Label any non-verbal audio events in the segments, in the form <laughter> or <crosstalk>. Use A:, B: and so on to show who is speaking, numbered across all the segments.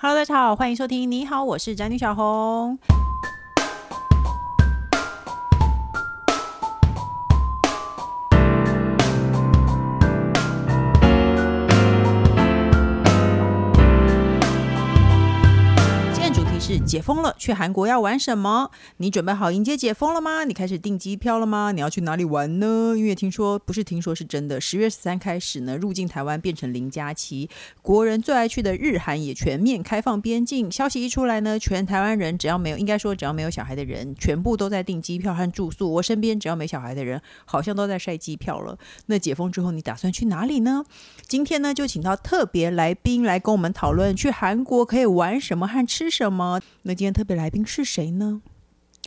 A: Hello，大家好，欢迎收听。你好，我是宅女小红。今天主题是解封了，去韩国要玩什么？你准备好迎接解封了吗？你开始订机票了吗？你要去哪里玩呢？因为听说不是听说是真的，十月十三开始呢，入境台湾变成零加七，国人最爱去的日韩也全面开放边境。消息一出来呢，全台湾人只要没有，应该说只要没有小孩的人，全部都在订机票和住宿。我身边只要没小孩的人，好像都在晒机票了。那解封之后，你打算去哪里呢？今天呢，就请到特别来宾来跟我们讨论去韩国可以玩什么和吃什么。那今天特别来宾是谁呢？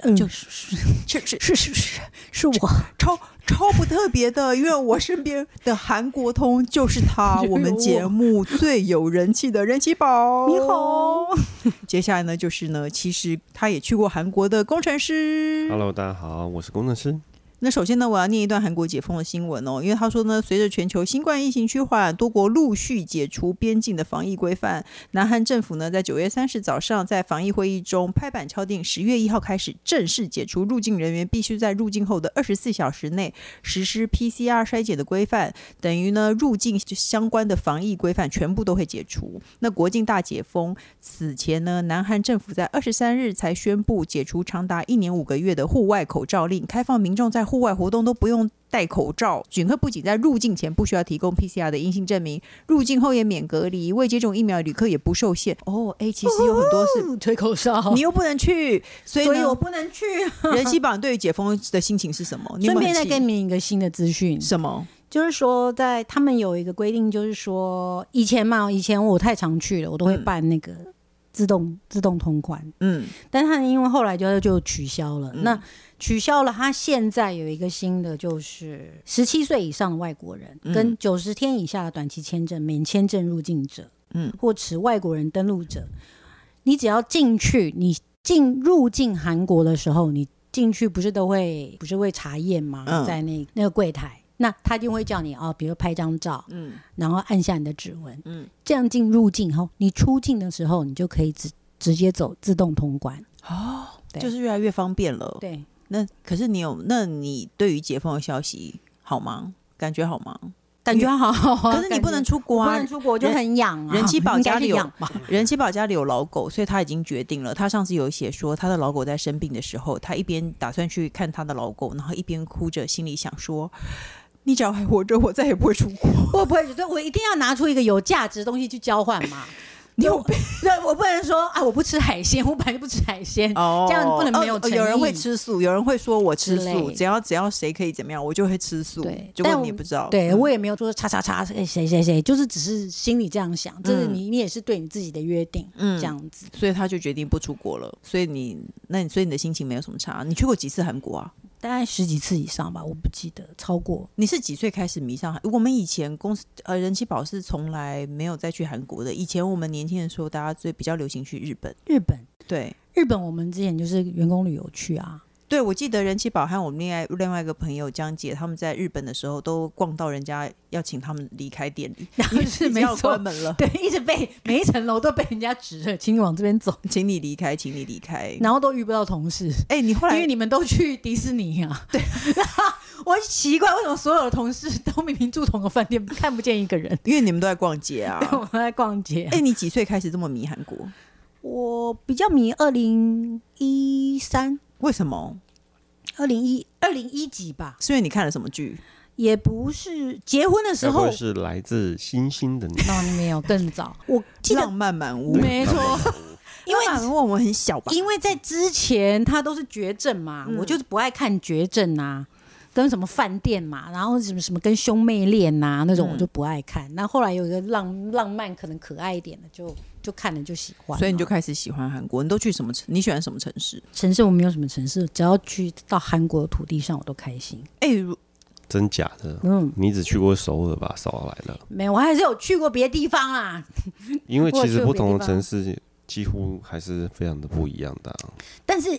B: 嗯
A: 就是是是
B: 是是是，是我。
A: 超超不特别的，因为我身边的韩国通就是他，
B: <laughs>
A: 我们节目最有人气的人气宝。
B: 你好，
A: <laughs> 接下来呢，就是呢，其实他也去过韩国的工程师。
C: Hello，大家好，我是工程师。
A: 那首先呢，我要念一段韩国解封的新闻哦，因为他说呢，随着全球新冠疫情趋缓，多国陆续解除边境的防疫规范，南韩政府呢在九月三十早上在防疫会议中拍板敲定，十月一号开始正式解除入境人员必须在入境后的二十四小时内实施 PCR 筛检的规范，等于呢入境相关的防疫规范全部都会解除。那国境大解封，此前呢，南韩政府在二十三日才宣布解除长达一年五个月的户外口罩令，开放民众在户外活动都不用戴口罩。旅客不仅在入境前不需要提供 PCR 的阴性证明，入境后也免隔离，未接种疫苗的旅客也不受限。
B: <laughs>
A: 哦，哎，其实有很多是。
B: 哦吹口哨
A: 你又不能去，所以
B: 所以
A: 呢
B: 我不能去。
A: 人气榜对于解封的心情是什
B: <laughs>
A: 么？你有
B: 顺
A: 没有
B: 便再
A: 很
B: 给
A: 气
B: 你们一个新的资讯，
A: 什么？
B: 就是说在，他们有一个规定，就是说以前嘛，以前我太常去了，我都会
A: 嗯
B: 办那个自动、自动通关，
A: 嗯
B: 但他因为后来就就取消了。
A: 嗯
B: 那取消了，他现在有一个新的，就是十七岁以上的外国人、
A: 嗯
B: 跟九十天以下的短期签证免签证入境者，
A: 嗯
B: 或持外国人登陆者，你只要进去，你进入境韩国的时候，你进去不是都会不是会查验吗？
A: 嗯
B: 在那那个柜台，那他就会叫你哦，比如拍张照，
A: 嗯
B: 然后按下你的指纹，
A: 嗯，
B: 这样进入境后，你出境的时候，你就可以直直接走自动通关。
A: 哦，
B: 对
A: 就是越来越方便了。
B: 对，
A: 那可是你有，那你对于解封的消息好吗？感觉好吗？
B: 感觉好好啊。
A: 可是你
B: 感
A: 哦
B: 觉
A: 不能出国
B: 我不
A: 啊
B: 能！出国，我就
A: 人
B: 很痒啊。
A: 人气宝
B: 应该
A: 家
B: 是
A: 里有
B: 痒吧？
A: 人气宝家里有老狗，所以他已经决定了。他上次有写说，他的老狗在生病的时候，他一边打算去看他的老狗，然后一边哭着，心里想说：“你只要还活着，我再也不会出国。
B: 我不会，对我一定要拿出一个有价值的东西去交换嘛。 <laughs>
A: 你有病
B: 对，我不能说啊，我不吃海鲜，我本来就不吃海鲜。
A: 哦
B: 这样不能没有
A: 有、哦
B: 诚意
A: 有人会吃素，有人会说我吃
B: 之
A: 素，
B: 类
A: 只要只要谁可以怎么样，我就会吃素。
B: 对
A: 结果
B: 但
A: 你也不知道。
B: 对
A: 嗯
B: 我也没有说叉叉叉谁谁谁谁，就是只是心里这样想，这是
A: 嗯
B: 你你也是对你自己的约定，
A: 嗯
B: 这样子。
A: 所以他就决定不出国了。所以你，那你所以你的心情没有什么差。你去过几次韩国啊？
B: 大概十几次以上吧，我不记得超过。
A: 你是几岁开始迷上韩？我们以前公司呃人气宝是从来没有再去韩国的。以前我们年轻的时候，大家最比较流行去日本。
B: 日本，
A: 对
B: 日本我们之前就是员工旅游去啊， <laughs>
A: 对，我记得人气宝和我们另外另外一个朋友江姐，他们在日本的时候都逛到人家要请他们离开店 <laughs> 里，
B: 然
A: 因
B: 后
A: 为
B: 是
A: 已经
B: 没
A: 要
B: 错
A: 关，门了，
B: 对，一直被每一层楼都被人家指着，请你往这边走，
A: 请你离开，请你离开。
B: 然后都遇不到同事。
A: 哎、你后
B: 因
A: 来
B: 为你们都去迪士尼啊。对， <laughs> 我就奇怪为什么所有的同事都明明住同个饭店， <laughs> 看不见一个人。
A: 因为你们都在逛街 <laughs> 啊。
B: 我们在逛街啊、
A: 哎、你几岁开始这么迷韩国？
B: 我比较迷二零一三、
A: 为什么？
B: 二零一、二零一几吧，
A: 是因为你看了什么剧？
B: 也不是结婚的时
C: 该不
B: 候
C: 会。是来自星星的你？
B: 那没有更早，我记
A: 浪
B: 得
A: 漫满屋，
B: 没错，因为
A: 浪漫满屋我们很小吧？
B: 因为在之前他都是绝症嘛，
A: 嗯
B: 我就是不爱看绝症啊，跟什么饭店嘛，然后什么什么跟兄妹恋呐、那种
A: 嗯
B: 我就不爱看。那、后来有一个浪浪漫可能可爱一点的就就看了就喜欢嘛，
A: 所以你就开始喜欢韩国。你都去什么城？你喜欢什么城市？
B: 城市我没有什么城市，只要去到韩国的土地上我都开心。
A: 哎、如
C: 真假的？
B: 嗯，
C: 你只去过首尔吧？少来了，
B: 没有，我还是有去过别的地方啊啦，
C: 因为
B: 我有
C: 其
B: 去
C: 实不
B: 过别
C: 同
B: 地
C: 的
B: 方
C: 城市几乎还是非常的不一样的啊、
B: 但是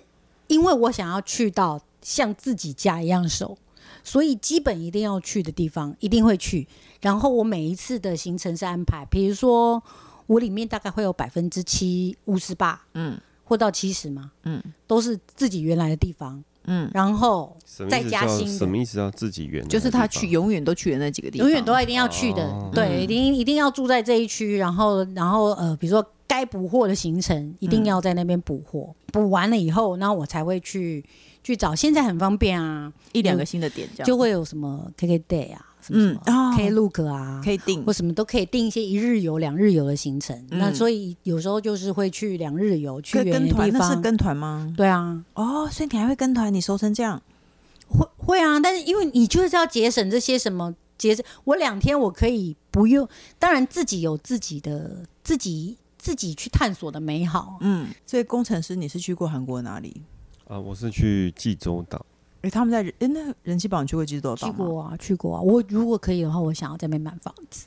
B: 因为我想要去到像自己家一样熟，所以基本一定要去的地方一定会去。然后我每一次的行程是安排，比如说我里面大概会有百分之七五十吧，
A: 嗯
B: 或到七十嘛，
A: 嗯
B: 都是自己原来的地方，
A: 嗯，
B: 然后
C: 什么
B: 再
C: 意思
B: 加
C: 叫
B: 新的
C: 什么意思叫自己原来的
A: 就是他
C: 地
A: 去
C: 方
A: 永远都去的那几个地方，嗯
B: 永远都要一定要去的，
C: 哦
B: 对，一定一定要住在这一区，然后然后呃，比如说该补货的行程一定要在那边补货，补完了以后，那我才会去去找。现在很方便啊，
A: 一两个新的点这样，
B: 就会有什么 KK Day 啊，什
A: 嗯
B: 么什
A: 哦
B: 么 K Look 啊，
A: 可以定
B: 或。什么都可以定一些一日游、两日游的行程。
A: 嗯
B: 那所以有时候就是会去两日游，去
A: 跟
B: 远
A: 跟
B: 的
A: 团
B: 地
A: 那是
B: 方。
A: 跟团吗？
B: 对啊，
A: 哦，所以你还会跟团？你熟成这样，
B: 会会啊，但是因为你就是要节省这些什么节省，我两天我可以不用，当然自己有自己的自己自己去探索的美好。
A: 嗯。所以工程师，你是去过韩国哪里？
C: 啊、我是去济州岛，
A: 哎、他们在人哎、那人气榜你去过济州岛
B: 去
A: 吗？
B: 过啊，去过啊！我如果可以的话，我想要在那边买房子。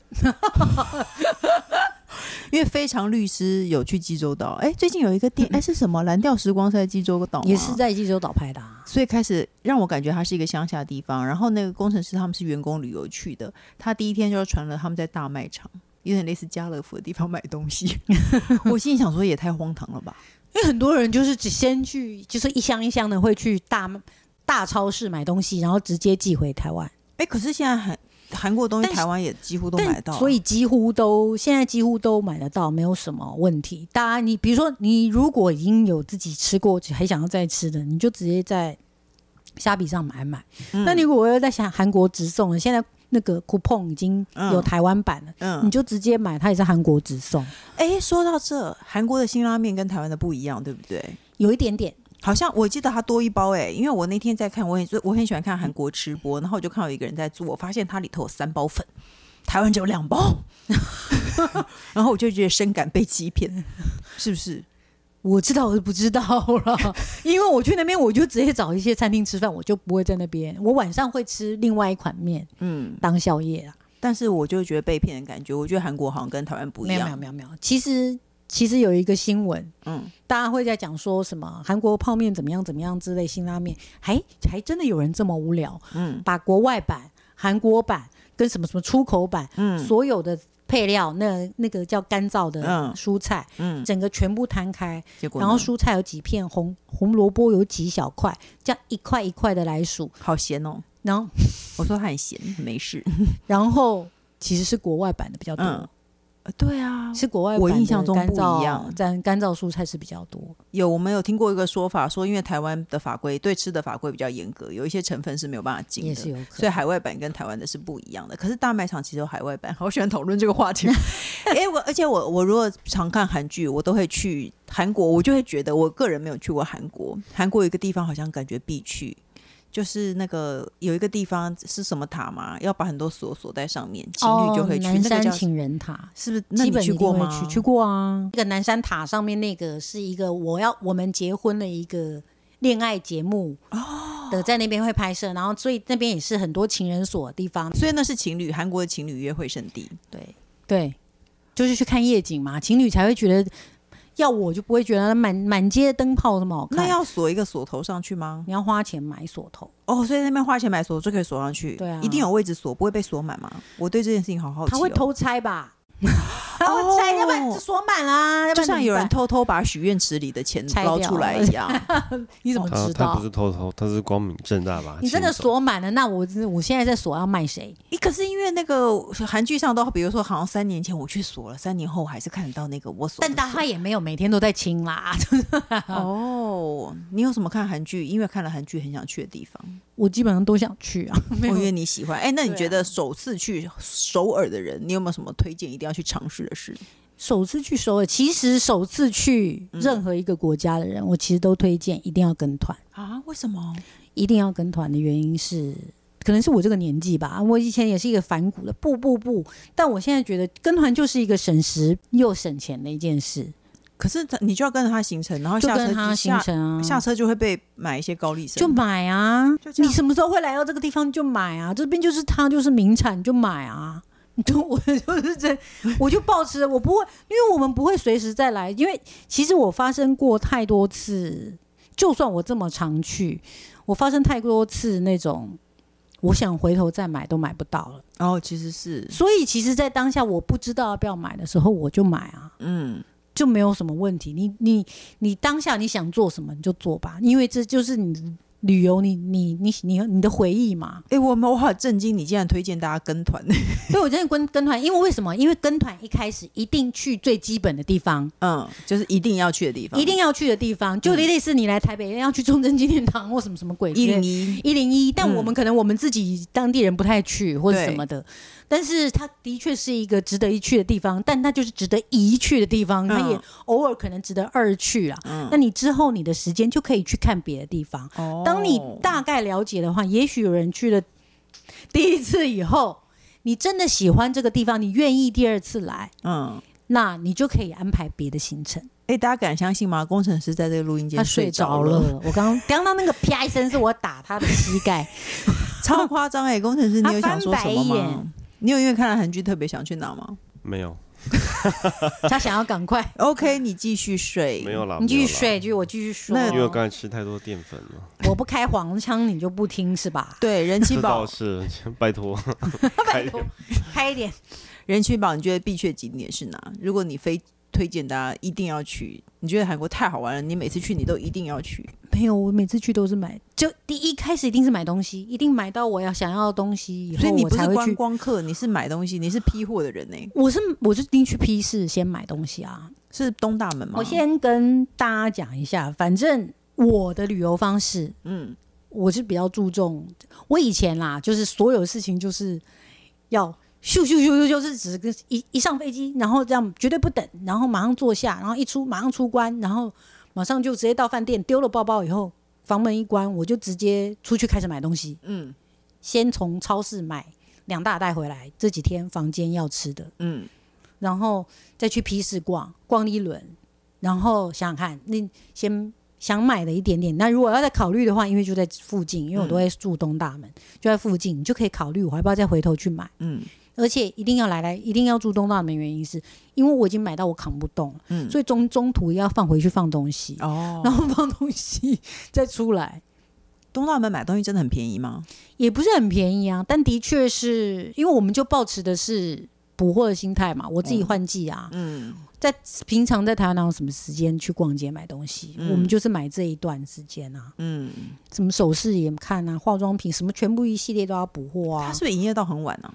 A: 因为非常律师有去济州岛，哎，最近有一个电，哎是什么？蓝调时光是在济州岛吗，
B: 嗯也是在济州岛拍的、啊，
A: 所以开始让我感觉它是一个乡下地方。然后那个工程师他们是员工旅游去的，他第一天就传了他们在大卖场，有点类似家乐福的地方买东西。 <laughs> 我心里想说也太荒唐了吧？
B: 因为很多人就是只先去，就是一箱一箱的会去大大超市买东西，然后直接寄回台湾。
A: 哎，可是现在韩韩国的东西
B: 但是
A: 台湾也几乎都买
B: 但
A: 得到了，
B: 所以几乎都现在几乎都买得到，没有什么问题。当然，你比如说你如果已经有自己吃过，还想要再吃的，你就直接在虾皮上买买。
A: 嗯
B: 那如果我要在想韩国直送的，现在那个 coupon 已经有
A: 嗯
B: 台湾版了。你
A: 嗯，
B: 就直接买，它也是韩国直送，
A: 哎，说到这，韩国的辛拉面跟台湾的不一样，对不对？
B: 有一点点。
A: 好像我记得它多一包哎、因为我那天在看，我很我很喜欢看韩国吃播，然后我就看到有一个人在做，我发现它里头有三包粉，台湾只有两包，然后我就觉得深感被欺骗，是不是？
B: 我知道，我就不知道 <laughs> 了，因为我去那边，我就直接找一些餐厅吃饭，我就不会在那边。我晚上会吃另外一款面
A: 嗯，
B: 当宵夜啊。
A: 但是我就觉得被骗的感觉，我觉得韩国好像跟台湾不一
B: 没有没有
A: 样，
B: 没有没有，其实其实有一个新闻，
A: 嗯，
B: 大家会在讲说什么韩国泡面怎么样怎么样之类，辛拉面，还还真的有人这么无聊，
A: 嗯
B: 把国外版、韩国版跟什么什么出口版，
A: 嗯
B: 所有的配料，那那个叫干燥的
A: 嗯
B: 蔬菜，
A: 嗯，
B: 整个全部摊开，
A: 结果呢
B: 然后蔬菜有几片，红红萝卜有几小块，这样一块一块的来数，
A: 好咸哦，
B: 然后 <laughs>
A: 我说他很咸，没事，
B: 然后其实是国外版的比较多。
A: 嗯，呃对啊，
B: 是国外
A: 我
B: 版
A: 印
B: 的
A: 象中
B: 干
A: 不一
B: 燥
A: 样
B: 干干燥蔬菜是比较多，
A: 有，我们有听过一个说法，说因为台湾的法规对吃的法规比较严格，有一些成分是没有办法进的，
B: 也是有可能
A: 所以海外版跟台湾的是不一样的。可是大卖场其实有海外版， <laughs> 好喜欢讨论这个话
B: <laughs>
A: 题。哎、我而且我我如果常看韩剧，我都会去韩国，我就会觉得我个人没有去过韩国。韩国有一个地方好像感觉必去。就是那个有一个地方是什么塔嘛，要把很多锁锁在上面，情侣就会去。
B: 哦、
A: 那
B: 南
A: 个
B: 山
A: 叫
B: 情人塔。
A: 是不是？那你
B: 基本
A: 去
B: 一定
A: 过
B: 会
A: 吗？
B: 去去过啊，那个南山塔上面那个是一个我要我们结婚的一个恋爱节目
A: 哦
B: 的，在那边会拍摄，然后所以那边也是很多情人所的地方，
A: 所以那是情侣，韩国的情侣约会圣地。
B: 对对，就是去看夜景嘛，情侣才会觉得，要我就不会觉得满满街灯泡那么好看，
A: 那要锁一个锁头上去吗？
B: 你要花钱买锁头，
A: 哦，所以那边花钱买锁就可以锁上去，
B: 对啊
A: 一定有位置锁，不会被锁满吗？我对这件事情好好奇、哦。哦
B: 他会，偷拆吧，他会拆，要不然就锁满啦，要不
A: 就像
B: 然怎么
A: 有人
C: 哦
B: 办
A: 偷偷把许愿池里的钱
B: 拆
A: 捞
B: 掉
A: 出来一样。
B: 你怎么
C: 他
B: 知
C: 他
B: 道
C: 不是？偷偷，他是光明正大吧？
B: 你真的
C: 说
B: 锁满了，那我我现在在锁要卖谁？
A: 诶可是因为那个韩剧上都，比如说好像三年前我去锁了，三年后还是看得到那个我锁的
B: 但
A: 锁。
B: 他也没有每天都在清啦。
A: 哦，你有什么看韩剧？因为看了韩剧很想去的地
B: <laughs>
A: 方，
B: 我基本上都想去啊，
A: 我因为你喜欢。哎、那你
B: 对啊
A: 觉得首次去首尔的人，你有没有什么推荐一定要去尝试的事？
B: 首次去首尔，其实首次去
A: 嗯
B: 任何一个国家的人，我其实都推荐一定要跟团，
A: 啊？为什么？
B: 一定要跟团的原因是。可能是我这个年纪吧，啊我以前也是一个反骨的，不不不，但我现在觉得跟团就是一个省时又省钱的一件事，
A: 可是他你就要跟着他行程，然后
B: 就
A: 啊下车
B: 跟他行
A: 下
B: 程啊，
A: 下车就会被买一些高丽参，
B: 就买啊
A: 就，这
B: 你
A: 样
B: 什么时候会来到这个地方就买啊，这边就是它就是名产你就买啊。你就我就是这，我就抱持我不会，因为我们不会随时再来，因为其实我发生过太多次，就算我这么常去，我发生太多次那种，我想回头再买都买不到了。
A: 哦，其实是
B: 所以其实，在当下我不知道要不要买的时候，我就买啊，
A: 嗯，
B: 就没有什么问题。你你你当下你想做什么你就做吧，因为这就是你旅游你你你你你的回忆嘛。
A: 哎、我我好震惊，你竟然推荐大家跟团，
B: <laughs> 所以我真的跟跟团，因为为什么？因为跟团一开始一定去最基本的地方，
A: 嗯， <laughs> 就是一定要去的地方，嗯
B: 一定要去的地方，就类似你来台北一定要去中正纪念堂或什么什么鬼之
A: 一
B: 类的
A: 零一，
B: 一零一，但
A: 嗯
B: 我们可能我们自己当地人不太去或者什么的，但是它的确是一个值得一去的地方，但它就是值得一去的地方，它也
A: 嗯
B: 偶尔可能值得二去啦。
A: 嗯
B: 那你之后你的时间就可以去看别的地方。
A: 哦
B: 当你大概了解的话，也许有人去了第一次以后，你真的喜欢这个地方，你愿意第二次来，
A: 嗯。
B: 那你就可以安排别的行程。
A: 哎、大家敢相信吗？工程师在这个录音
B: 他
A: 间
B: 睡
A: 着
B: 着了，我刚刚刚那个啪一声是我打他的膝盖。
A: 超夸张哎！工程师，你
B: 他
A: 有想说什么
B: 翻白眼
A: 吗？你有因为看了韩剧特别想去哪吗
C: 没有，
B: 他想要赶快，
A: ？OK，你继续睡。
C: 没有啦，
B: 你继续
C: 没有
B: 睡，继续我继续说。
A: 那
C: 啦，因为我刚才吃太多淀粉了。
B: 我不开黄腔，你就不听是吧？
A: 对，
C: <laughs>
A: 人气
C: 这
A: 宝
C: 倒，是， <laughs> 拜托，开
B: 拜
C: 点
B: 托，开一点。
A: 人气宝，你觉得必去的景点是哪？如果你非推荐大家一定要去，你觉得韩国太好玩了，你每次去你都一定要去。
B: 没有，我每次去都是买，就第一开始一定是买东西，一定买到我要想要的东西以
A: 所以
B: 后，
A: 你
B: 我
A: 不是
B: 才会
A: 观
B: 去。
A: 光客，你是买东西，你是批货的人呢、
B: 我是我是一定去批市先买东西啊。
A: 是东大门吗？
B: 我先跟大家讲一下，反正我的旅游方式，
A: 嗯，
B: 我是比较注重，我以前啦，就是所有事情就是要咻咻咻咻，就是只跟一一上飞机，然后这样绝对不等，然后马上坐下，然后一出马上出关，然后马上就直接到饭店，丢了包包以后，房门一关，我就直接出去开始买东西，
A: 嗯
B: 先从超市买两大袋回来，这几天房间要吃的，
A: 嗯，
B: 然后再去批市逛逛一轮，然后想想看，那先想买的一点点。那如果要再考虑的话，因为就在附近，因为我都会住东大门，就在附近，你就可以考虑我还要不要再回头去买。
A: 嗯，
B: 而且一定要来来，一定要住东大门，原因是因为我已经买到我扛不动了，
A: 嗯
B: 所以中中途要放回去放东西，
A: 哦，
B: 然后放东西再出来。
A: 东大门买东西真的很便宜吗？
B: 也不是很便宜啊，但的确是因为我们就抱持的是补货的心态嘛，我自己换季啊，
A: 嗯，
B: 在平常在台湾哪有什么时间去逛街买东西？
A: 嗯
B: 我们就是买这一段时间啊，
A: 嗯，
B: 什么首饰也看啊，化妆品什么全部一系列都要补货
A: 它
B: 啊
A: 是。不是营业到很晚啊？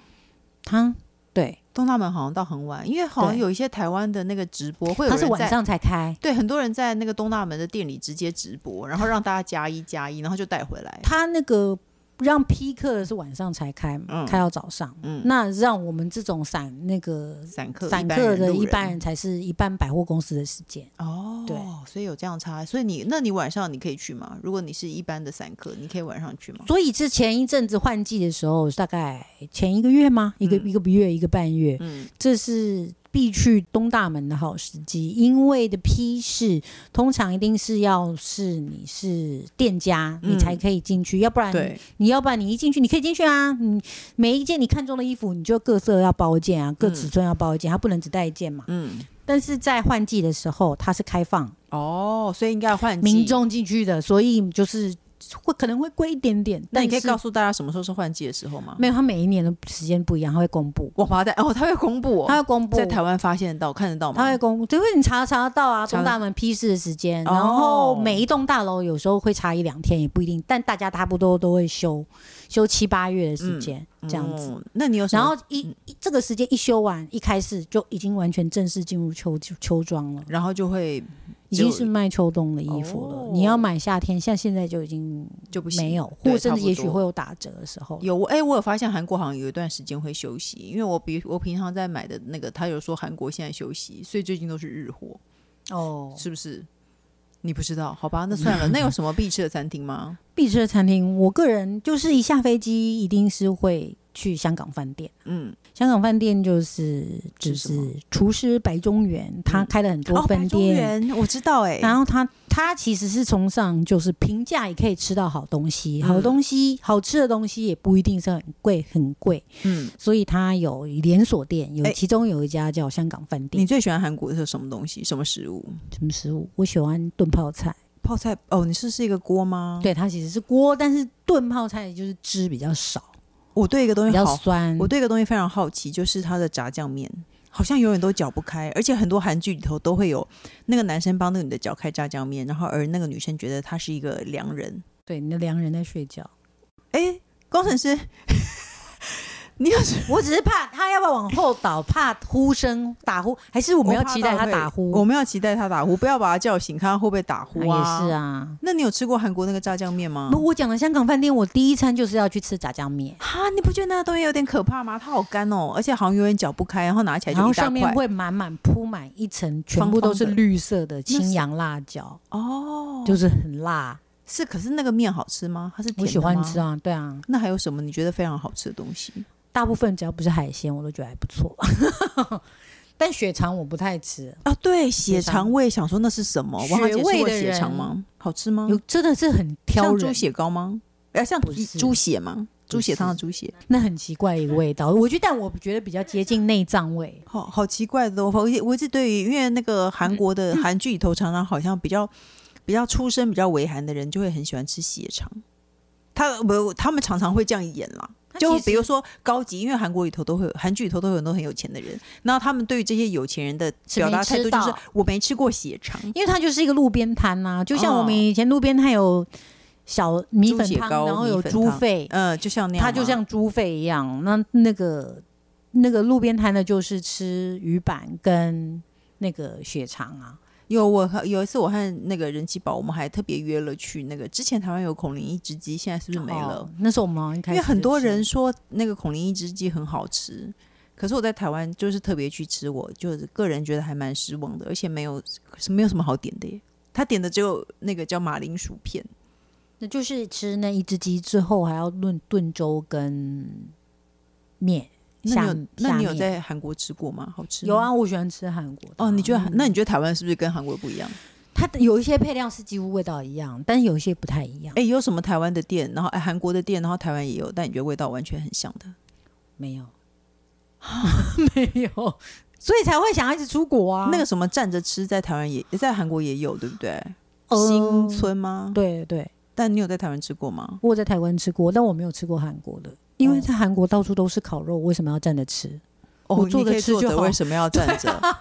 B: 他对，
A: 东大门好像到很晚，因为好像
B: 对
A: 有一些台湾的那个直播会有
B: 他
A: 人
B: 是
A: 在
B: 晚上才开，
A: 对很多人在那个东大门的店里直接直播，然后让大家加一加一，然后就带回来。
B: 他那个让批客的是晚上才开嘛，
A: 嗯
B: 开到早上。
A: 嗯，
B: 那让我们这种散那个
A: 散客
B: 散
A: 一般
B: 客
A: 人
B: 的
A: 路
B: 一般
A: 人
B: 人才是一般百货公司的时间。
A: 哦，
B: 对，
A: 所以有这样差。所以你那你晚上你可以去吗？如果你是一般的散客，你可以晚上去吗？
B: 所以是前一阵子换季的时候，大概前一个月吗？一个、
A: 嗯
B: 一个月，一个半月，
A: 嗯
B: 这是必去东大门的好时机，因为的批示通常一定是要是你是店家，
A: 嗯
B: 你才可以进去，要不然你
A: 对，
B: 你要不然你一进去，你可以进去啊，你每一件你看中的衣服，你就各色要包一件啊，各尺寸要包一件，它不能只带一件嘛。
A: 嗯，
B: 但是在换季的时候，它是开放
A: 哦，所以应该要换季
B: 民。众进去的，所以就是会可能会贵一点点，
A: 那
B: 但
A: 你可以
B: 是
A: 告诉大家什么时候是换季的时候吗？
B: 没有，它每一年的时间不一样，它会公布，
A: 王八蛋哦，他会公布
B: 它
A: 哦，
B: 会公布
A: 在台湾发现得到看得到
B: 他
A: 吗
B: 会？公布，就会你查查得到啊，
A: 查
B: 东大门批示的时间，
A: 哦
B: 然后每一栋大楼有时候会查一两天，也不一定，但大家差不多都会休休七八月的时间、这样子。
A: 哦那你有什
B: 然
A: 么
B: 后一一这个时间一休完，一开始就已经完全正式进入秋秋装了，
A: 然后就会
B: 已
A: 就
B: 经是卖秋冬的衣服了。
A: 哦
B: 你要买夏天，像现在就已经
A: 就不行
B: 没有，
A: 对
B: 或甚
A: 差
B: 至
A: 不
B: 也许
A: 多
B: 会有打折的时候。
A: 有我哎、我有发现韩国好像有一段时间会休息，因为我比我平常在买的那个，他有说韩国现在休息，所以最近都是日货，
B: 哦，
A: 是不是？你不知道，好吧？那算了，那有什么必吃的餐厅吗？
B: 必吃的餐厅，我个人就是一下飞机一定是会去香港饭店。
A: <laughs> 嗯，
B: 香港饭店就是就
A: 吃什么
B: 是厨师白中原，他开了很多
A: 哦，白
B: 分
A: 中
B: 店，
A: 原我知道哎、
B: 然后他他其实是崇尚就是平价也可以吃到好东西，
A: 嗯
B: 好东西、好吃的东西也不一定是很贵很贵，
A: 嗯，
B: 所以他有连锁店，有
A: 哎
B: 其中有一家叫香港饭店，
A: 你最喜欢韩国的是什么东西？什么食物？
B: 什么食物？我喜欢炖泡菜，
A: 泡菜哦，你是是一个锅吗？，
B: 对，它其实是锅，但是炖泡菜就是汁比较少，
A: 我对一个东
B: 比
A: 西
B: 较
A: 哎好，
B: 酸
A: 我。对一个东西非常好奇，就是它的炸酱面，好像永远都搅不开，而且很多韩剧里头都会有那个男生帮那个女的搅开炸酱面，然后而那个女生觉得他是一个良人。
B: 对，你的良人在睡觉，
A: 哎，工程师，你有什么
B: 我只是怕他要不要往后倒，怕呼声打呼，还是我们要期待他打呼？
A: 我们要期待他打呼，不要把他叫醒，看他会不会打呼啊。
B: 也是。啊。
A: 那你有吃过韩国那个炸酱面吗？
B: 不，我讲的香港饭店，我第一餐就是要去吃炸酱面，
A: 哈，你不觉得那个东西有点可怕吗？它好干哦，而且好像永远搅不开，然后拿起来
B: 然
A: 就
B: 后
A: 一大
B: 上面
A: 块。
B: 会满满铺满一层，全
A: 方方
B: 部都是
A: 的
B: 绿色的
A: 是
B: 青阳辣椒，
A: 哦，
B: 就是很辣。
A: 是，可是那个面好吃吗？它是
B: 我
A: 甜
B: 喜
A: 的吗
B: 欢吃。啊，对啊，
A: 那还有什么你觉得非常好吃的东西？
B: 大部分只要不是海鲜，我都觉得还不错。 <laughs> 但血肠我不太吃，
A: 啊，对，
B: 血
A: 血
B: 肠
A: 肠胃，想说那是什么？我
B: 血
A: 好像解释
B: 味
A: 过
B: 的
A: 血肠
B: 人
A: 吗？好吃吗？
B: 有真的是很挑
A: 嗯像猪
B: 人，
A: 血糕吗？哎，像
B: 不
A: 猪
B: 是
A: 猪血吗？
B: 不
A: 猪血汤的
B: 是
A: 猪血，
B: 那很奇怪一个味道。我觉得，但我觉得比较接近内脏味。
A: 好好奇怪的哦。我一我一直对于因为那个
B: 嗯
A: 韩国的韩剧里头，常常好像比较比较出身比较为韩的人，就会很喜欢吃血肠。他不，他们常常会这样演啦。就比如说高级，因为韩国里头都会有，韩剧里头都会有很多很有钱的人，然后他们对于这些有钱人的
B: 是
A: 表
B: 没
A: 达态
B: 吃
A: 度就是
B: 到
A: 我没吃过血肠，
B: 因为它就是一个路边摊呐、就像我们
A: 哦
B: 以前路边摊有小米
A: 猪
B: 粉
A: 血
B: 汤，
A: 糕
B: 然后
A: 米
B: 有
A: 粉
B: 猪
A: 汤
B: 肺，
A: 呃，就像那样吗，
B: 它就像猪肺一样。那那个那个路边摊的就是吃鱼板跟那个血肠啊，
A: 有我和有一次我和那个人气宝，我们还特别约了去那个之前台湾有孔林一只鸡，现在是不是没了？
B: 哦那时候我们好像一开
A: 因
B: 始
A: 为很多
B: 就吃
A: 人说那个孔林一只鸡很好吃，可是我在台湾就是特别去吃我，就是个人觉得还蛮失望的，而且没有是没有什么好点的耶。他点的只有那个叫马铃薯片，
B: 那就是吃那一只鸡之后还要炖炖粥跟面。
A: 那你
B: 下
A: 有那
B: 下
A: 你有
B: 面
A: 在韩国吃过吗？好吃吗
B: 有啊，？我喜欢吃韩国的啊。
A: 哦，你觉得韩、
B: 嗯
A: 那你觉得台湾是不是跟韩国不一样？
B: 它的有一些配料是几乎味道一样，但有一些不太一样。
A: 哎、有什么台湾的店，然后哎韩国的店，然后台湾也有，但你觉得味道完全很像的？
B: 没有，啊 <laughs> 没有，所以才会想要一直出国啊。
A: 那个什么站着吃，在台湾也在韩国也有，对不对？
B: 呃
A: 新，村吗？
B: 嗯对对，
A: 但你有在台湾吃过吗？
B: 我有在台湾吃过，但我没有吃过韩国的，因为
A: 哦
B: 在韩国到处都是烤肉，为什么要站着吃？我
A: 你
B: 坐着
A: 可以
B: 吃
A: 坐
B: 就
A: 着
B: 好
A: 为什么要站
B: <laughs>
A: 着？
B: 啊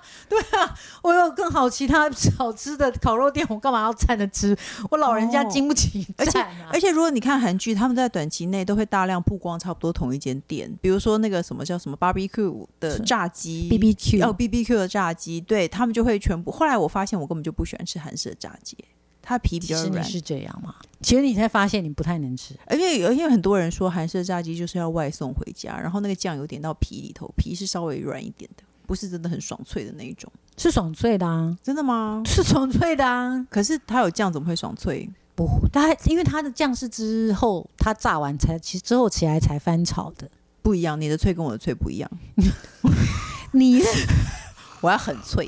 B: 我有更好其他好吃的烤肉店，我干嘛要站着吃？我老人家
A: 哦
B: 经不起
A: 而且
B: 站啊。
A: 而且如果你看韩剧，他们在短期内都会大量曝光差不多同一间店，比如说那个什么叫什么 barbecue 的
B: 是
A: 炸鸡
B: B B Q
A: 哦 B B Q 的炸鸡，对他们就会全部。后来我发现我根本就不喜欢吃韩式的炸鸡，它皮比
B: 其
A: 较
B: 实你
A: 软，
B: 是这样嘛？其实你才发现你不太能吃，
A: 而且有因为很多人说韩式的炸鸡就是要外送回家，然后那个酱油点到皮里头，皮是稍微软一点的，不是真的很爽脆的那一种。
B: 是爽脆的啊，
A: 真的吗？
B: 是爽脆的啊。
A: 可是它有酱怎么会爽脆？
B: 不，它因为它的酱是之后它炸完才，其实之后起来才翻炒的。
A: 不一样，你的脆跟我的脆不一样， <laughs>
B: 你
A: 我要很
B: <laughs>
A: 脆，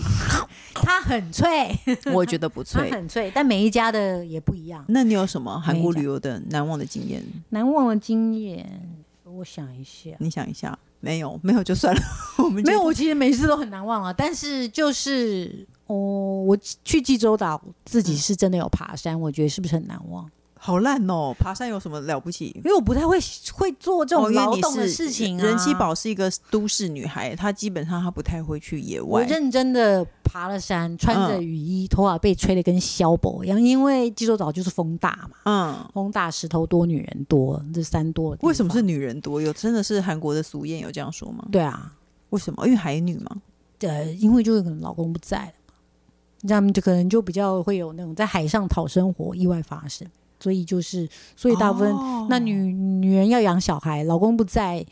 B: 它很脆，
A: 我觉得不
B: 它
A: 脆。
B: 很脆，但每一家的也不一样。
A: 那你有什么韩国
B: 没讲
A: 旅游的难忘的经验？
B: 难忘的经验，我想一下，
A: 你想一下，没有，没有就算了。 <laughs> 我们
B: 没有，，我其实每次都很难忘啊。但是就是哦，我去济州岛自己是真的有爬山，我觉得是不是很难忘？
A: 好烂哦！爬山有什么了不起？
B: 因为我不太会会做这
A: 哦
B: 种
A: 因为
B: 劳
A: 你
B: 动的
A: 是
B: 事情啊。
A: 人气宝是一个都市女孩，她基本上她不太会去野
B: 我
A: 外。嗯
B: 认真的爬了山，穿着雨衣，头发被吹得跟萧伯一样，因为济州岛就是风大嘛，
A: 嗯，
B: 风大石头多，女人多，这三多。
A: 为什么是？女人多？有真的是韩国的俗谚有这样说吗？
B: 对啊，
A: 为什么？因为海女嘛。
B: 呃，因为就是可能老公不在了嘛，那么就可能就比较会有那种在海上讨生活意外发生，所以就是，所以大部分、
A: 哦
B: 那女女人要养小孩，老公不在，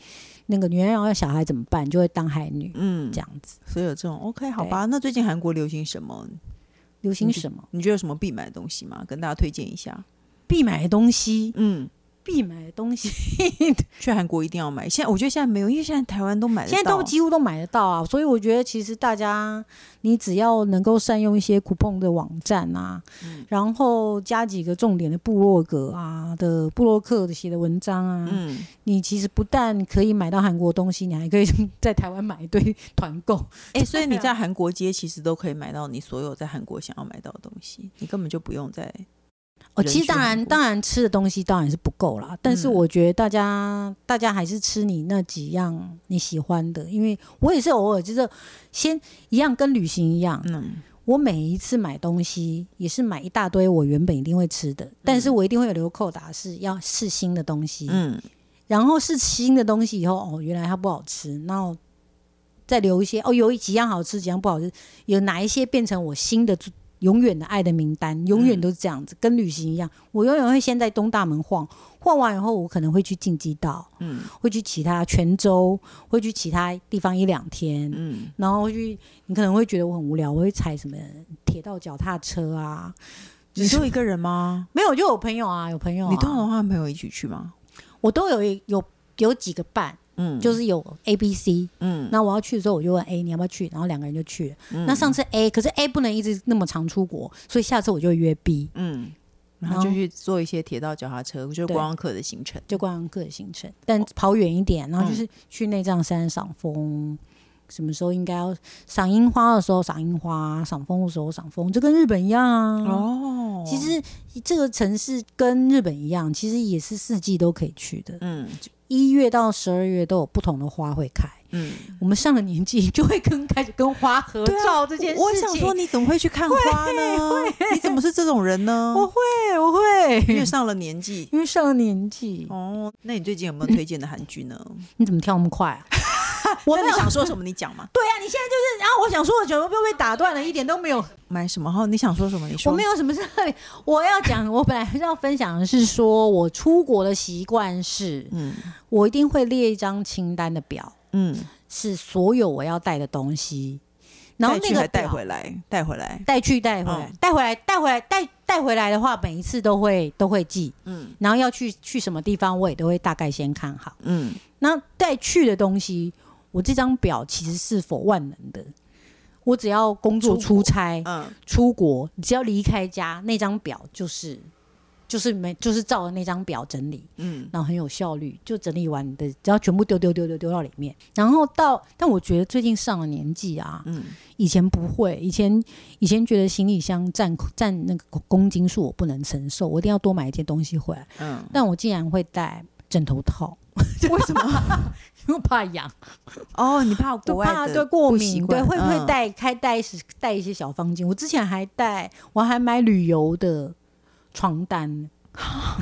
B: 那个女人要养小孩怎么办？就会当海女、
A: 嗯
B: 这，样子。
A: 所以有这种 OK 好吧？那最近韩国流行什么？
B: 流行什么？
A: 你觉得有什么必买的东西吗？跟大家推荐一下。
B: 必买的东西，
A: 嗯，
B: 必买的东西，
A: 去韩国一定要买。现在我觉得现在没有，因为现在台湾都买得到，
B: 现在都几乎都买得到啊。所以我觉得，其实大家你只要能够善用一些 coupon 的网站啊，
A: 嗯
B: 然后加几个重点的部落格啊的部落客写的文章啊，
A: 嗯，
B: 你其实不但可以买到韩国东西，你还可以 <laughs> 在台湾买一堆 <laughs> 团购。
A: 哎、所以你在韩国街其实都可以买到你所有在韩国想要买到的东西，你根本就不用再
B: <laughs> 哦，
A: 人
B: 其实
A: 去
B: 当
A: 韩
B: 然，
A: 国
B: 当然吃的东西当然是不够啦，但是
A: 嗯
B: 我觉得大家、大家还是吃你那几样你喜欢的，因为我也是偶尔就是先一样跟旅行一样，
A: 嗯
B: 我每一次买东西也是买一大堆我原本一定会吃的，但是我一定会有留扣打是要试新的东西，
A: 嗯
B: 然后试新的东西以后，哦，原来它不好吃，然后再留一些，哦，有几样好吃，几样不好吃，有哪一些变成我新的永远的爱的名单，永远都是这样子，跟旅行一样，我永远会先在东大门晃，晃完以后，我可能会去进击岛，
A: 嗯
B: 会去其他泉州，会去其他地方一两天，
A: 嗯
B: 然后去，你可能会觉得我很无聊，我会踩什么铁道脚踏车啊，
A: 你就一个人吗？
B: 没有，就有朋友啊，有朋友、啊，
A: 你都有和朋友一起去吗？
B: 我都有一有有几个伴，
A: 嗯，
B: 就是有 A、B、C，
A: 嗯，
B: 那我要去的时候，我就问 A 你要不要去，然后两个人就去了。那上次 A，可是 A 不能一直那么常出国，所以下次我就约 B，
A: 嗯，然后就去做一些铁道脚踏车，就是
B: 对
A: 观光客的行程。
B: 就观光客的行程，但跑远一
A: 嗯
B: 点，然后就是去内藏山赏枫。什么时候应该要赏樱花的时候赏樱花，赏枫的时候赏枫，就跟日本一样啊。
A: 哦
B: 其实这个城市跟日本一样，其实也是四季都可以去的，
A: 嗯
B: 一月到十二月都有不同的花会开。
A: 嗯，啊
B: 我们上了年纪就会跟开始跟花合照这件事情。
A: 我想说，你怎么会去看花呢？你怎么是这种人呢？
B: 我会，我会，
A: 因为上了年纪。
B: 因为上了年纪，
A: 哦，那你最近有没有推荐的韩剧呢？
B: 你怎么跳那么快
A: <laughs>
B: 啊？我
A: 我
B: 没
A: 你
B: 有
A: 想说什么？你讲嘛。
B: 对啊，你现在就是，然后我想说，我全部被打断了，一点都没有，
A: 买什么？哈，你想说什么？你说。
B: 我没有什么事。我要讲，我本来是要分享的是说，我出国的习惯是，
A: 嗯
B: 我一定会列一张清单的表，
A: 嗯，
B: 是所有我要带的东西，然后
A: 带
B: 那
A: 去
B: 个
A: 还带
B: 表
A: 回来，带回来。
B: 带去带回来
A: 嗯，
B: 带、回来带回来带带回来的话，每一次都会都会记，
A: 嗯
B: 然后要去去什么地方，我也都会大概先看好。
A: 嗯，
B: 那带去的东西，我这张表其实是否万能的。我只要工
A: 出
B: 作
A: 国
B: 出差、
A: 嗯，
B: 出国，只要离开家，那张表就是就是没就是照着那张表整理，
A: 嗯
B: 然后很有效率，就整理完你的，只要全部丢丢丢丢丢到里面，然后到，但我觉得最近上了年纪啊，
A: 嗯
B: 以前不会，以前以前觉得行李箱占占那个公斤数我不能承受，我一定要多买一件东西回来，
A: 嗯，
B: 但我竟然会带枕头套，
A: 为什么？
B: 因为怕痒，
A: <laughs> 哦，你怕国
B: 就
A: 外
B: 怕
A: 的
B: 对过
A: 不习
B: 敏，对
A: 惯
B: 会不会
A: 嗯
B: 带开带一些带一些小方巾？我之前还带，我还买旅游的床单， <laughs>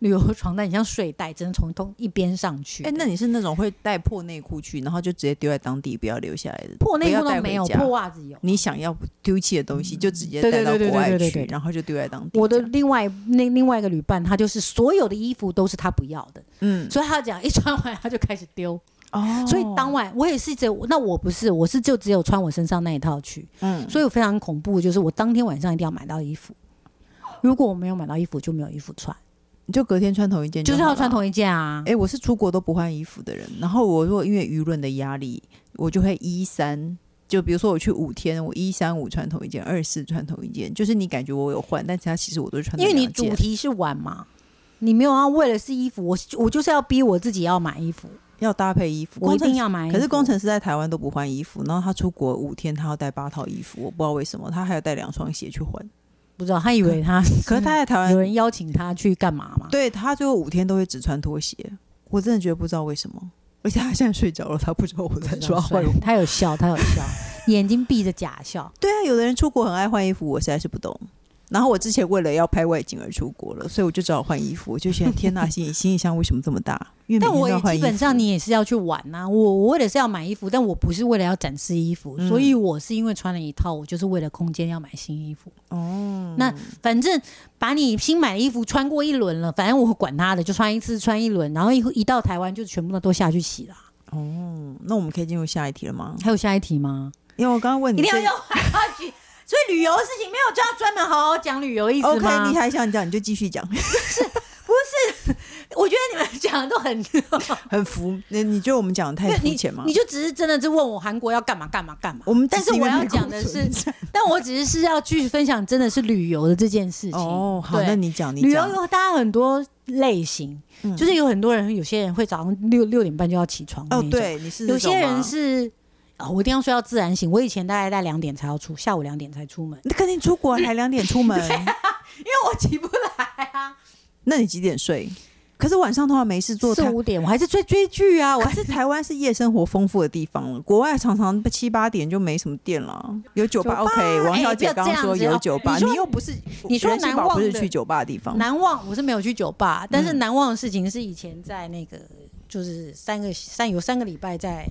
B: 旅游床单，你像睡袋，只能从从一边上去的。
A: 哎、那你是那种会带破内裤去，然后就直接丢在当地，不要留下来的？
B: 破内
A: 不要
B: 裤都
A: 带
B: 没
A: 回
B: 有，
A: 家
B: 破袜子有。啊
A: 你想要丢弃的东西，就直接
B: 对对
A: 带到
B: 对对
A: 国外
B: 对对
A: 去
B: 对，对
A: 然后就丢在当地这样。
B: 我的另外那另外一个旅伴，他就是所有的衣服都是他不要的，
A: 嗯
B: 所以他讲一穿完他就开始丢。
A: 哦
B: <laughs> 所以当晚我也是只有，那我不是，我是就只有穿我身上那一套去，
A: 嗯
B: 所以我非常恐怖，就是我当天晚上一定要买到衣服。如果我没有买到衣服，就没有衣服穿，
A: 你就隔天穿同一件
B: 就是
A: 好
B: 要
A: 了
B: 穿。同一件啊
A: 哎、。我是出国都不换衣服的人，然后我如果因为舆论的压力，我就会一三。就比如说我去五天，我一三五穿同一件，二四穿同一件，就是你感觉我有换，但其他其实我都是穿那
B: 因为你
A: 两件
B: 主题是玩嘛，你没有要为了是衣服，我我就是要逼我自己要买衣服，
A: 要搭配衣服，
B: 我
A: 工
B: 一
A: 程
B: 定要买衣服。
A: 可是工程师在台湾都不换衣服，然后他出国五天，他要带八套衣服，我不知道为什么，他还要带两双鞋去换。
B: 不知道，他以为他
A: 可是他在台湾，
B: 有人邀请他去干嘛嘛？
A: 对他最后五天都会只穿拖鞋，我真的觉得不知道为什么。而且他现在睡着了，他不知道我
B: <laughs>
A: 在说要换。
B: 他有笑，他有 <laughs> 笑，眼睛闭着假笑。
A: 对啊，有的人出国很爱换衣服，我实在是不懂。然后我之前为了要拍外景而出国了，所以我就只好换衣服。我就觉得天呐，行李行李箱为什么这么大？因为每
B: 但
A: 天
B: 我
A: 都要
B: 也
A: 换
B: 基
A: 衣
B: 本
A: 服
B: 上你也是要去玩呐、我我为了是要买衣服，但我不是为了要展示衣服，
A: 嗯
B: 所以我是因为穿了一套，我就是为了空间要买新衣服。
A: 哦，
B: 那反正把你新买的衣服穿过一轮了，反正我管他的，就穿一次穿一轮，然后一一到台湾就全部都下去洗了。
A: 哦，那我们可以进入下一题了吗？
B: 还有下一题吗？嗯
A: 因为我刚刚问你
B: 一定要
A: 最
B: 用下去。所以旅游的事情没有就要专门好好讲旅游意思
A: OK，
B: 吗
A: 你还想讲你就继续
B: <laughs>
A: 讲，
B: 我觉得你们讲的都很， <laughs>
A: 很服。那你觉得我们讲的太肤
B: 哎你
A: 浅吗
B: 你？就只是真的是问我韩国要干嘛干嘛干嘛。
A: 我们只
B: 但是
A: 因
B: 我
A: 为
B: 要
A: 没空
B: 讲的
A: 所以 <laughs>
B: 是
A: 讲
B: 但我只是是要去分享，真的是旅游的这件事情。
A: 哦，好，
B: 对
A: 那你讲，你
B: 旅游
A: 讲
B: 有大家很多类型，
A: 嗯
B: 就是有很多人，有些人会早上六六点半就要起床。
A: 哦，，对，你是那
B: 有
A: 种
B: 些
A: 吗
B: 人是。啊、我一定要睡到自然醒。我以前大概在两点才要出，下午两点才出门，
A: 那肯定出国啊还两点出
B: <laughs>
A: 门，
B: 因为
A: 哦
B: 我起不来啊。
A: 那你几点睡？可是晚上通常没事做，
B: 四
A: 台
B: 五点我还是追追剧啊，我 <laughs>
A: 可是台湾是夜生活丰富的地方了，国外常常七八点就没什么店了，有酒吧。
B: 酒吧
A: OK，王小
B: 哎不
A: 姐
B: 要
A: 刚刚说
B: 这
A: 有
B: 样子哦
A: 酒吧，
B: 你说
A: 又不是
B: 你说
A: 人气
B: 难
A: 宝
B: 忘
A: 不是
B: 的
A: 去酒吧的地方，
B: 难忘，我是没有去酒
A: 嗯
B: 吧，但是难忘的事情是以前在那个就是三个三有三个礼拜在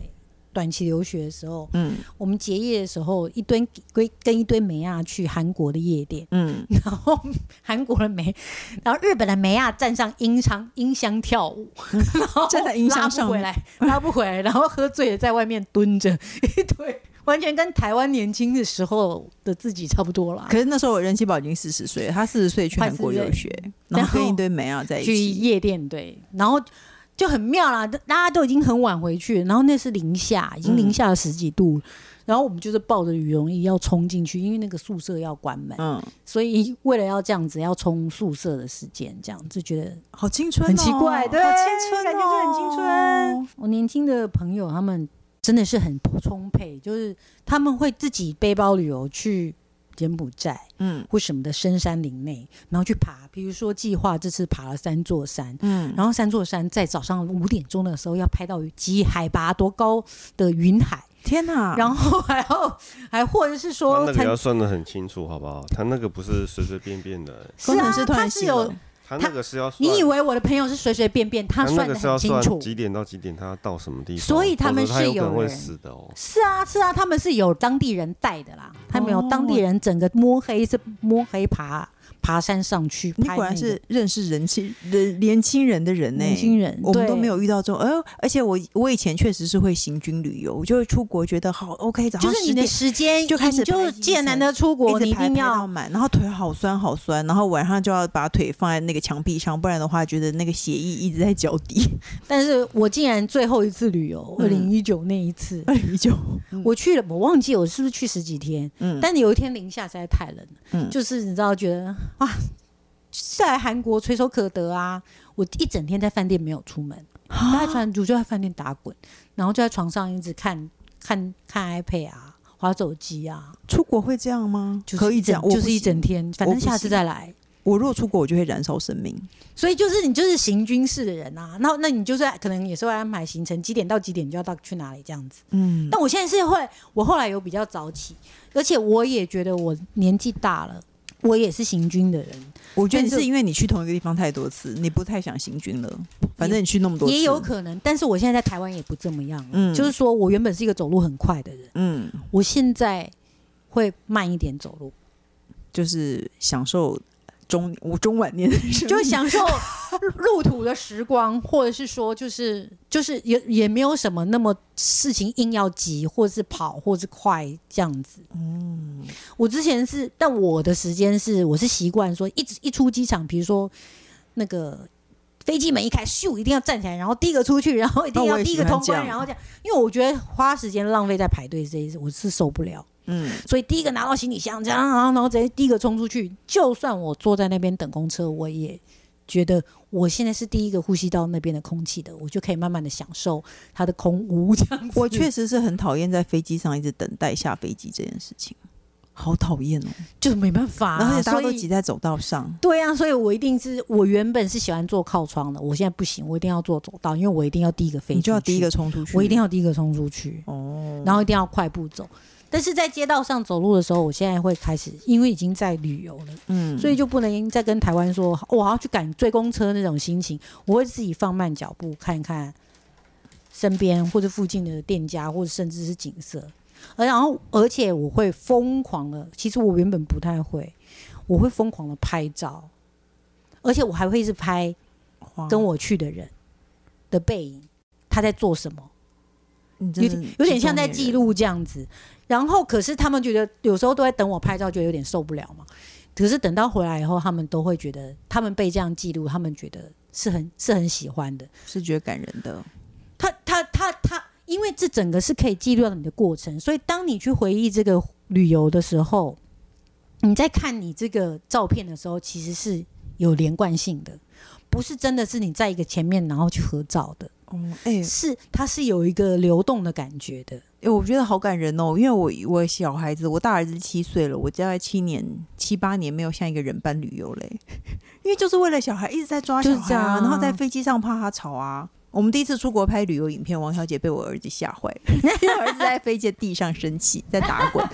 B: 短期留学的时候，
A: 嗯
B: 我们结业的时候，一堆跟跟一堆美亚去韩国的夜店， <laughs>
A: 嗯，
B: 然后韩国的美，然后日本的美亚站上音箱音箱跳
A: <laughs>
B: 舞，然后
A: 站在音箱
B: 拉
A: 上
B: 不回来，拉不回来，然后喝醉了在外面蹲着一堆，完全跟台湾年轻的时候的自己差不多啦。
A: 可是那时候我任气宝已经四十岁了，他四十岁去
B: 快
A: 韩
B: <laughs>
A: 国
B: 40
A: 留
B: 岁
A: 学，然后
B: 然
A: 跟
B: 后
A: 一堆美亚在一
B: 去
A: 起，
B: 夜店对，然后就很妙啦，大大家都已经很晚回去了，然后那是零下，已经零下了十几
A: 嗯
B: 度，然后我们就是抱着羽绒衣要冲进去，因为那个宿舍要关门，
A: 嗯，
B: 所以为了要这样子要冲宿舍的时间，这样就觉得
A: 好青春哦，
B: 很奇怪对
A: 好青春哦，
B: 感觉就很青春。我年轻的朋友他们真的是很充沛，就是他们会自己背包旅游去柬埔寨。
A: 嗯
B: 或什么的深山林内，然后去爬，比如说计划这次爬了三座山，
A: 嗯，
B: 然后三座山在早上五点钟的时候要拍到极海拔多高的云海，
A: 天哪，
B: 然后还要还或者是
C: 他
B: 说
C: 那个
B: 参
C: 要算的很清楚，好不好？他那个不是随随便便的，
A: 工程
B: 啊
A: 师突然
B: 他是
A: 醒
B: 有
A: 了，
C: 他那个是要算
B: 你以为我的朋友是随随便便，
C: 他那
B: 算
C: 个
B: 的
C: 是要
B: 很清
C: 算
B: 楚。
C: 几点到几点，他要到什么地方，
B: 所以他们
C: 否则
B: 是
C: 有可能
B: 有
C: 会
B: 人
C: 死的哦。
B: 是啊，是啊，他们是有当地人带的啦，他们有
A: 哦
B: 当地人整个摸黑是摸黑爬爬山上去
A: 你
B: 拍、那个。
A: 果然是认识人气人年轻人的人呢、
B: 年轻人
A: 我们
B: 对
A: 都没有遇到这种。而、而且我我以前确实是会行军旅游，我就会出国觉得好 OK，早
B: 就
A: 上
B: 是你
A: 10
B: 的
A: 点
B: 时间哎
A: 就开始
B: 你
A: 排
B: 就
A: 行
B: 艰难的出国，你
A: 一
B: 一
A: 直排
B: 定
A: 排到
B: 要
A: 满，然后腿好酸好酸，然后晚上就要把腿放在那个墙壁上，不然的话觉得那个血液一直在脚底。 <laughs>
B: 但是我竟然最后一次旅游，二
A: 嗯
B: 零一九那一次，
A: 二零一九，
B: 我去了，我忘记我是不是去十几天，
A: 嗯，
B: 但有一天零下实在太冷了，
A: 嗯
B: 就是你知道觉得哇，在韩国垂手可得啊！我一整天在饭店没有出门，
A: 啊
B: 我在船我就在饭店打滚，然后就在床上一直看看看 iPad 啊，划手机啊，
A: 出国会这样吗？
B: 就是
A: 可以
B: 一
A: 这
B: 整
A: 样，我不
B: 就是一
A: 行
B: 整。天，反正
A: 我不
B: 下次
A: 行
B: 再来。
A: 我如果出国，我就会燃烧生命。
B: 所以就是你就是行军式的人啊，那那你就是可能也是会安排行程，几点到几点就要到去哪里这样子。
A: 嗯，
B: 但我现在是会，我后来有比较早起，而且我也觉得我年纪大了，我也是行军的人，
A: 我觉得你
B: 但
A: 是
B: 是
A: 因为你去同一个地方太多次，你不太想行军了。反正你去那么多次，
B: 也有可能。但是我现在在台湾也不这么样了，
A: 嗯
B: 就是说我原本是一个走路很快的人，
A: 嗯，
B: 我现在会慢一点走路，
A: 就是享受中我中晚年的生
B: 就
A: 命
B: 享受路途的时光，或者是说就是就是也也没有什么那么事情硬要急，或是跑，或是快这样子。
A: 嗯
B: 我之前是，但我的时间是，我是习惯说，一直一出机场，比如说那个飞机门一开，咻，一定要站起来，然后第一个出去，然后一定
A: 哦
B: 要
A: 我也
B: 第一个
A: 喜欢
B: 通
A: 这
B: 关，
A: 样
B: 然后这样，因为我觉得花时间浪费在排队这一次，我是受不了。
A: <laughs> 嗯
B: 所以第一个拿到行李箱，这样，然后然后直接第一个冲出去。就算我坐在那边等公车，我也觉得我现在是第一个呼吸到那边的空气的，我就可以慢慢的享受它的空无这
A: <laughs>
B: 样子。
A: 我确实是很讨厌在飞机上一直等待下飞机这件事情，好讨厌哦。
B: 就是没办法、
A: 然后
B: 啊，
A: 而且大家
B: 所
A: 都
B: 以
A: 挤在走道上，
B: 对啊，所以我一定是我原本是喜欢坐靠窗的，我现在不行，我一定要坐走道，因为我一定要第一个飞，
A: 你就要第一个，冲出去。
B: 我一定要第一个冲出去，
A: 哦，
B: 然后一定要快步走。但是在街道上走路的时候，我现在会开始，因为已经在旅游了。
A: 嗯
B: 所以就不能再跟台湾说哦我要去赶追公车那种心情，我会自己放慢脚步，看一看身边或者附近的店家，或者甚至是景色。而然后，而且我会疯狂的，其实我原本不太会，我会疯狂的拍照，而且我还会一直拍
A: 花
B: 跟我去的人的背影，他在做什么，
A: 你
B: 有
A: 真的
B: 点有点像在
A: 是中年
B: 记
A: 人，
B: 录这样子。然后，可是他们觉得有时候都在等我拍照，觉得有点受不了嘛。可是等到回来以后，他们都会觉得，他们被这样记录，他们觉得是很是很喜欢的。
A: 是觉得感人的。
B: 他他他他，因为这整个是可以记录到你的过程，所以当你去回忆这个旅游的时候，你在看你这个照片的时候，其实是有连贯性的，不是真的是你在一个前面然后去合照的，
A: 哦，哎、
B: 是它是有一个流动的感觉的。
A: 哎我觉得好感人哦，因为我我小孩子，我大儿子七岁了，我大概七年七八年没有像一个人般旅游嘞， <laughs> 因为就是为了小孩一直在抓小
B: 就是
A: 孩
B: 这样
A: 啊，
B: 啊
A: 然后在飞机上怕他吵啊。我们第一次出国拍旅游影片，王小姐被我儿子吓坏了， <laughs> 因为儿子在飞机的地上生气，在打滚，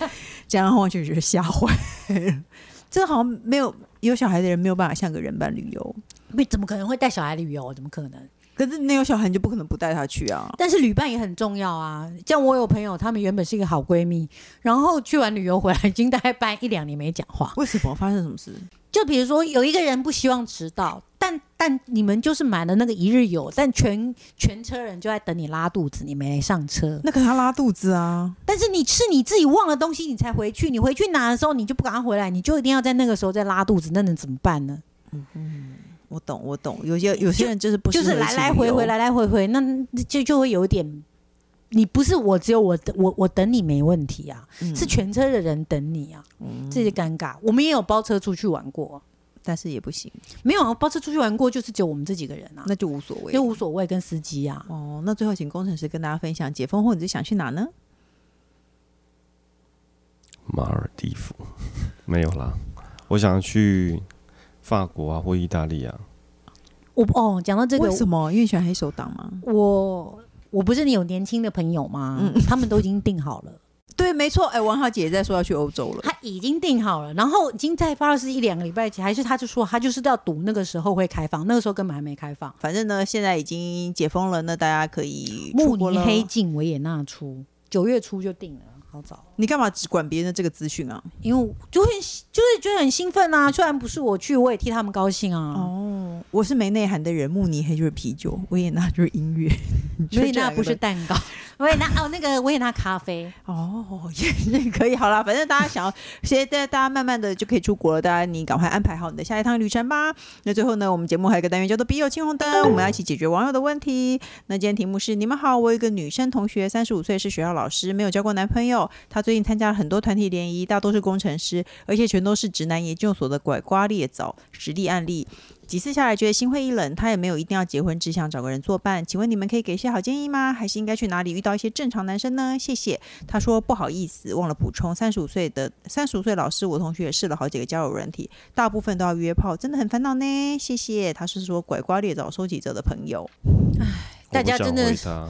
A: 这样王小姐就吓坏了。这好像没有有小孩的人没有办法像个人般旅游，
B: 你怎么可能会带小孩旅游？怎么可能？
A: 可是你有小孩你就不可能不带他去啊。
B: 但是旅伴也很重要啊。像我有朋友，她们原本是一个好闺蜜，然后去完旅游回来，已经大概半一两年没讲话。
A: 为什么发生什么事？
B: 就比如说，有一个人不希望迟到，但但你们就是买了那个一日游，但全全车人就在等你拉肚子，你没上车。
A: 那可能他拉肚子啊。
B: 但是你是你自己忘了东西，你才回去。你回去拿的时候，你就不赶快回来，你就一定要在那个时候再拉肚子，那能怎么办呢？
A: 我懂，我懂。有些有些人就是不适
B: 就
A: 合
B: 是
A: 一起
B: 来来
A: 旅
B: 回
A: 游
B: 回，来来回回，那就就会有点，你不是我，只有我等我我等你没问题啊，
A: 嗯
B: 是全车的人等你啊，这就尴尬。我们也有包车出去玩过，
A: 但是也不行，
B: 没有啊，包车出去玩过，就是只有我们这几个人啊，
A: 那就无所谓
B: 就。无所谓跟司机啊。
A: 哦，那最后请工程师跟大家分享，解封后你最想去哪呢？
C: 马尔蒂夫 <laughs> 没有啦，我想去法国啊或意大利啊，
B: 我哦，讲到这个
A: 为，什么？因为你喜欢黑手党吗？
B: 我我不是你有年轻的朋友吗？
A: 嗯
B: 他们都已经订好
A: <laughs>
B: 了。
A: 对，没错。哎，王浩姐也在说要去欧洲了。
B: 他已经订好了，然后已经在发了是一两个礼拜前，还是他就说他就是要赌那个时候会开放，那个时候根本还没开放。
A: 反正呢，现在已经解封了，那大家可以出
B: 慕
A: 国
B: 尼
A: 了。
B: 黑进维也纳出，九月初就定了，好早。哦
A: 你干嘛只管别人的这个资讯啊？
B: 因为我就会就是觉得很兴奋啊，虽然不是我去，我也替他们高兴啊。
A: 哦，我是没内涵的人。慕尼黑就是啤酒，维也纳就是音乐， <laughs>
B: 维
A: 就这
B: 也纳
A: 两个
B: 不是蛋糕，维也纳哦，那个维也纳咖啡，
A: 哦，也是可以，好啦，反正大家想要，现在大家慢慢的就可以出国了，大家你赶快安排好你的下一趟旅程吧。那最后呢，我们节目还有一个单元叫做“笔友青红灯”，我们要一起解决网友的问题。那今天题目是：你们好，我有一个女生同学，三十五岁，是学校老师，没有交过男朋友。她最近参加了很多团体联谊，大多是工程师，而且全都是直男研究所的拐瓜裂枣实例案例。几次下来觉得心灰意冷，她也没有一定要结婚，只想找个人作伴。请问你们可以给一些好建议吗？还是应该去哪里遇到一些正常男生呢？谢谢。他说不好意思，忘了补充，三十五岁的三十五岁老师，我同学也试了好几个交友软体，大部分都要约炮，真的很烦恼呢。谢谢，他是说拐瓜裂枣收集者的朋友，
B: 大家
C: 我不想
B: 真的哦
C: 回他，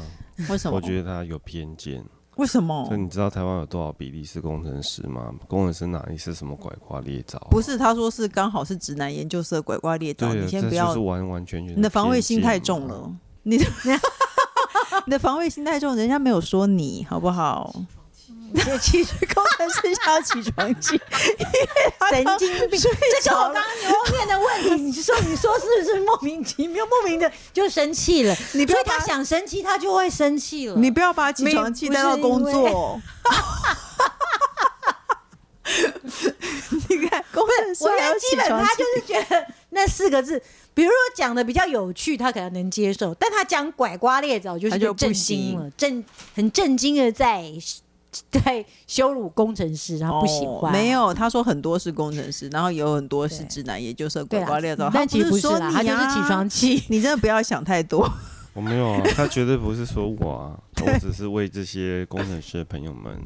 A: <laughs> 为什么？
C: 我觉得他有偏见。
A: 为什么
C: 那、？你知道台湾有多少比例是工程师吗？工程师哪里是什么拐瓜裂枣啊、
A: 不是，他说是刚好是直男研究社拐瓜裂枣，
C: 对，啊
A: 你先
C: 这
A: 不
C: 就
A: 要
C: 是，完完全全
A: 你的防卫心太
C: 偏见啊
A: 重
C: 嘛。
A: 了，你的 <laughs> 你的防卫心太重，人家没有说你好不好？也起 <laughs> 工程师想要起床 <laughs> 气，
B: 神经病。这
A: 着
B: 个
A: 了
B: 我刚刚牛肉面的问题，你说你说是不是莫名其妙，莫名的就生气了？
A: 你不
B: 所
A: 要
B: 以他
A: 把
B: 想生气，他就会生气了。
A: 你不要把起
B: 嗯没
A: 床气
B: 不
A: 带到
B: 是
A: 工
B: 因
A: 作。
B: <laughs>
A: 你看，工程师
B: 我
A: 还
B: 觉
A: 要
B: 得基
A: 起
B: 本
A: 床
B: 他
A: 气
B: 就，是觉得那四个字，比如说讲的比较有趣，他可能能接受，但他讲拐瓜裂枣就是
A: 他就不
B: 震惊了，震很震惊的在在羞辱工程师，他不喜欢，
A: 哦没。有，他说很多是工程师，然后有很多是
B: 对
A: 直男，也就是
B: 对
A: 鬼瓜裂
B: 啦
A: 枣。，他
B: 但其实
A: 不
B: 不是
A: 说
B: 啦，
A: 你
B: 他就是
A: 啊
B: 起床。气。
A: 你真的不要想太多， <laughs>
C: 我没有啊，他绝对不是说我
B: <laughs>
C: 啊，我只是为这些工程师的朋友们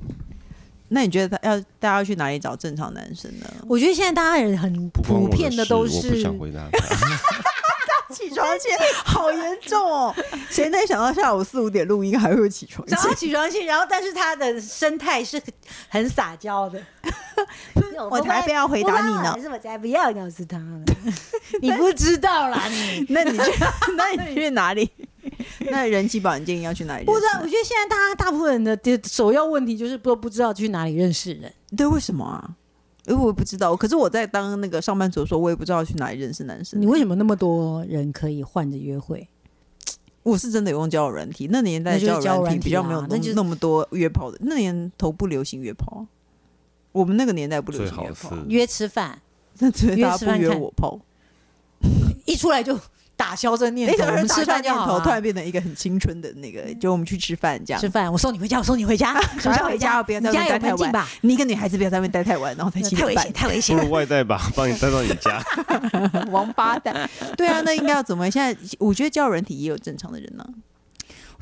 A: 那你觉得他要大家要去哪里找正常男生呢？
B: 我觉得现在大家人很
C: 不关
B: 普
C: 我
B: 遍
C: 的事
B: 都
C: 我不
B: 是
C: 想回答
B: <laughs>
C: 他。
A: 起床气好严重哦，
B: <laughs>
A: 谁能想到下午四五点录音还会有起床气
B: 然？后起床气，然后但是他的生态是很很撒娇的。
A: <laughs> 我才不要回答你呢
B: 还是我才不要告诉他
A: <laughs>
B: 呢？你不知道啦，你
A: <laughs> 那你去，那你去哪里？ <laughs> 那人气宝，你建议要去哪里认识呢？
B: 不知道，我觉得现在大家大部分人的第首要问题就是都不知道去哪里认识人。
A: 对，为什么啊？因为我也不知道，可是我在当那个上嗯班族的时候，我也不知道去哪里认识男生。
B: 你为什么那么多人可以换着约会？
A: 我是真的有用交友软体，那年代
B: 那就是
A: 的
B: 交友
A: 软
B: 软
A: 体比
B: 体
A: 较
B: 啊
A: 没有
B: 那
A: 那
B: 就是
A: 那么多约炮的，那年头不流行约炮，啊我们那个年代不流
C: 最
A: 行
C: 好
A: 约
C: 是
A: 炮，啊
B: 约吃饭，
A: 那对
B: 约
A: 大家不
B: 吃饭
A: 约
B: 看
A: 我炮，
B: 一出来就打消这念
A: 哎，
B: 头，
A: 突
B: 我
A: 然
B: 们
A: 打
B: 吃
A: 下
B: 饭就
A: 念
B: 好
A: 头，
B: 啊嗯
A: 突然变成一个很青春的那个，就我们去吃饭这样
B: 吃。饭，我送你回家，我送你
A: <laughs>
B: 回家，
A: 赶
B: 送
A: 快
B: 你
A: 回
B: 家
A: 家，，不要
B: 你
A: 在外
B: 家
A: 面待太
B: 有门禁
A: 晚。 <laughs>
B: 吧？
A: 你一个女孩子不要在外面待太晚，然后才七
B: 太
A: 点
B: 危
A: 半
B: 险，。太危
C: 不
B: 险了。
C: 如外
A: <laughs>
C: 带吧，帮你带到你家。
A: 王八蛋。 <laughs> 对啊，那应该要怎么？现在我觉得交友软体也有正常的人呢、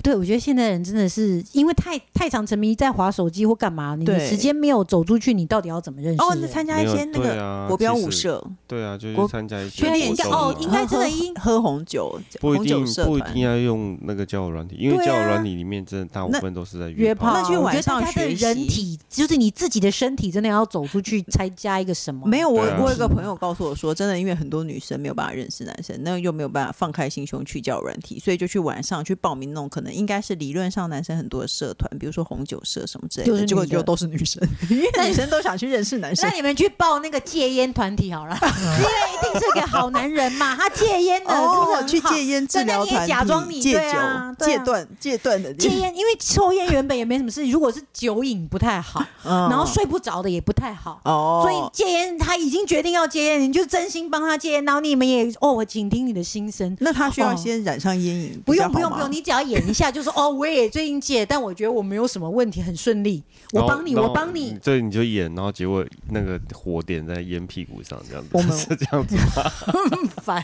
B: 对，我觉得现在人真的是因为太太常沉迷在划手机或干嘛，你的
A: 对
B: 时间没有走出去，你到底要怎么认识人？
A: 哦，那参加一些那
C: 没有对
A: 个
C: 啊
A: 国标舞
C: 其实
A: 社，
C: 对啊，就
A: 国
C: 去参加一些
B: 去
C: 活
B: 练一下
C: 动啊
B: 哦应该 <laughs> 真
C: <laughs>
B: 的应
A: 喝喝红酒，
C: 不一
A: 红酒
C: 定
A: 社
C: 不一
A: 团
C: 定要用那个交友软体，因为
A: 对啊
C: 交友软体里面真的大部分都是在
B: 约
C: 炮
B: 炮，
A: 啊那去
B: 我
A: 晚
B: 觉得
A: 上
B: 大家的
A: 学习
B: 人体，就是你自己的身体，真的要走出去参加一个什么？
A: 没有，我
C: 对啊
A: 我有一个朋友告诉我说，真的，因为很多女生没有办法认识男生，那又没有办法放开心胸去交友软体，所以就去晚上去报名那种可能应该是理论上男生很多的社团，比如说红酒社什么之类
B: 就是
A: 的，
B: 女
A: 结果
B: 的
A: 就都是女
B: <laughs>
A: 生，因为女生都想去认识男生
B: 那。你们去报那个戒烟团体
A: <laughs>
B: 好了，因为一定是个好男人嘛，他戒烟的，
A: 哦，
B: 是
A: 去
B: 不是很好
A: 戒烟治
B: 那
A: 疗
B: 你也
A: 团体，
B: 假装你
A: 戒
B: 对啊
A: 酒、
B: 对啊
A: 戒断、戒断的
B: 戒，烟，因为抽烟原本也没什么事，如果是酒瘾不太好，
A: 然
B: 然后睡不着的也不太好。
A: 嗯哦，
B: 所以戒烟，他已经决定要戒烟，你就真心帮他戒烟，然后你们也哦，我倾听你的心声。
A: 那他需要
B: 哦
A: 先染上烟瘾、
B: 不
A: 比较
B: 用
A: 好
B: 不用
A: 吗
B: 不用，你只要演一下，就说哦，我也最近戒，但我觉得我没有什么问题，很顺利，我帮你，
C: 然后
B: 我帮你。
C: 对，你就演，然后结果那个火点在烟屁股上，这样子，
A: 我们
C: <laughs> 是这样子，
B: 嗯烦，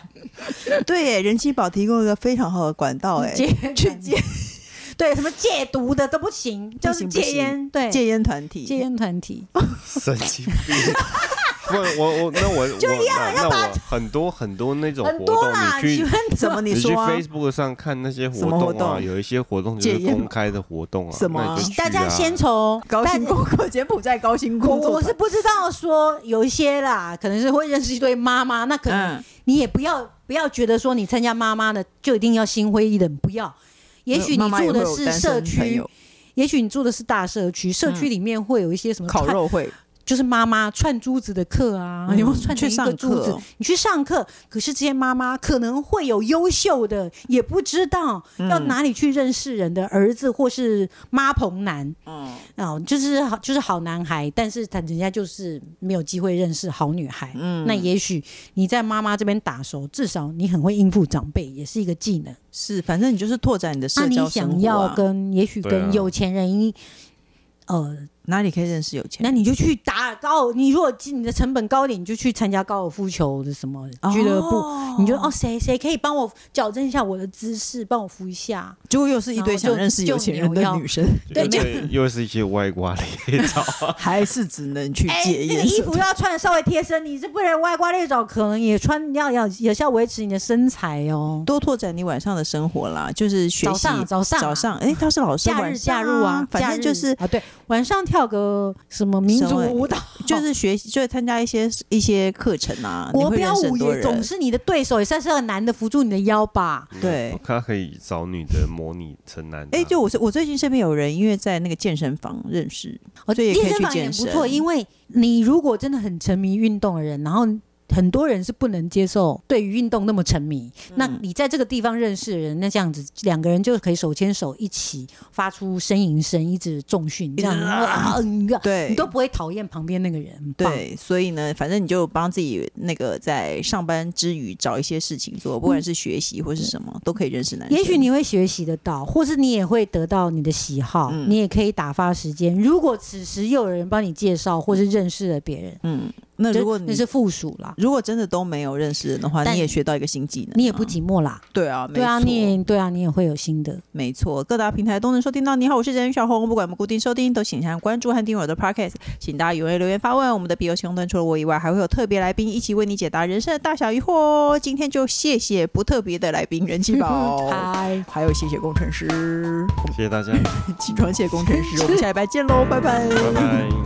A: 对耶，人气宝提供了一个非常好的管道，哎，
B: 戒
A: 去戒
B: 对什么戒毒的都不行，就是
A: 不行
B: 戒烟，对
A: 戒烟团体，
B: 戒烟团体，
C: 神经病。不，我我那我我那那我很多很多那种
B: 很
C: 活
B: 多
C: 动，
B: 啦，
C: 你
B: 喜
C: 去
B: 欢
A: <laughs> 什么？你
C: 去
A: 说啊、
C: Facebook 上看那些
A: 什么活
C: 活动啊，
A: 动
C: 有一些活动就
A: 戒
C: 是
A: 烟吗
C: 公开的活动啊，
A: 什么啊
C: 那你就去啊
B: 大家先从
A: 高薪
B: 但
A: 工作，柬埔寨高薪
B: 我
A: 工作，
B: 我是不知道说有一些啦，可能是会认识一堆妈妈，那可能
A: 嗯，
B: 你也不要不要觉得说你参加妈妈的就一定要心灰意冷，不要。也许你
A: 妈妈
B: 住
A: 也会
B: 的
A: 有
B: 是
A: 单身
B: 社
A: 朋
B: 区
A: 友，嗯
B: 也许你住的是大社区，社区里面会有一些什么
A: 烤
B: 串，
A: 肉会，
B: 就是妈妈串珠子的课啊，
A: 嗯
B: 你会串成
A: 去
B: 一
A: 上
B: 个珠
A: 课
B: 子
A: 哦，
B: 你去上课。可是这些妈妈可能会有优秀的，也不知道要
A: 嗯
B: 哪里去认识人的儿子或是妈棚男，
A: 嗯，
B: 哦，就是好，就是好男孩，但是他人家就是没有机会认识好女孩。
A: 嗯
B: 那也许你在妈妈这边打熟，至少你很会应付长辈，也是一个技能。
A: 是，反正你就是拓展你的社
B: 那、
A: 交
B: 你
A: 生
B: 想
A: 活、
B: 要
A: 啊。
B: 跟，也许
C: 对
B: 跟
C: 啊
B: 有钱人一，呃，
A: 哪里可以认识有钱
B: 那
A: 人？
B: 你就去打高。你如果你的成本高一点，你就去参加高尔夫球的什么俱乐部。
A: 哦
B: 你觉得哦，谁谁可以帮我矫正一下我的姿势，帮我扶一下？
A: 结果又是一堆想认识有钱人的女生，
B: 对
C: 又是 <laughs> 又是一些歪瓜裂枣，
A: <laughs> 还是只能去
B: 哎、
A: 戒
B: 那个
A: 烟
B: 衣
A: 社
B: 服
A: 团。
B: 要穿的稍微贴身，你这不能歪瓜裂枣，可能也穿要要也是要维持你的身材哦。
A: 多拓展你晚上的生活啦，就是学习
B: 早上早上啊
A: 早上，哎，他是老师，
B: 假
A: 晚
B: 日
A: 上
B: 假日啊，
A: 反
B: 假
A: 正
B: 日
A: 就是
B: 啊，对，晚上跳个什么民
A: 什
B: 族
A: 么
B: 舞蹈，
A: 就是学习，就是参加一些一些课程啊，你
B: 国
A: 会
B: 标
A: 认识
B: 舞
A: 很多
B: 也总
A: 人。
B: 是你的对手，也算是个男的扶住你的腰吧。
A: 对，
C: 哦他可以找女的模拟成男的啊。
A: 哎，就我是我最近身边有人因为在那个健身房认识，
B: 哦，
A: 所以也可以去
B: 房也
A: 健
B: 不
A: 身
B: 错，因为你如果真的很沉迷运动的人，然后。很多人是不能接受对于运动那么沉迷，那
A: 嗯
B: 你在这个地方认识的人，那这样子两个人就可以手牵手一起发出呻吟声，一直重训，这样
A: 啊
B: 啊，嗯啊
A: 对
B: 你都不会讨厌旁边那个人，很棒，
A: 对，所以呢，反正你就帮自己那个在上班之余找一些事情做，不管是学习或是什么，都可以认识男生。
B: 嗯也许你会学习得到，或是你也会得到你的喜好，
A: 嗯
B: 你也可以打发时间。如果此时又有人帮你介绍，或是认识了别人，
A: 嗯，那
B: 这
A: 如果
B: 那
A: 你嗯
B: 是附属啦，
A: 如果真的都没有认识人的话，
B: 但
A: 你也学到一个新技能啊，
B: 你也不寂寞啦。
A: 对啊，没
B: 对啊，
A: 错
B: 你也对啊，你也会有新的。，
A: 没错，各大平台都能收听到。你好，我是人鱼小红。不管我们固定收听，都请先关注和订阅我的 podcast。请大家踊跃留言发问。我们的笔友行动除了我以外，还会有特别来宾一起为你解答人生的大小疑惑哦。今天就谢谢不特别的来宾人气宝
B: <laughs> 嗨，
A: 还有谢谢工程师，
C: 谢谢大家，
A: 起床谢谢工程师。我们下礼拜见喽，拜拜
C: 拜拜。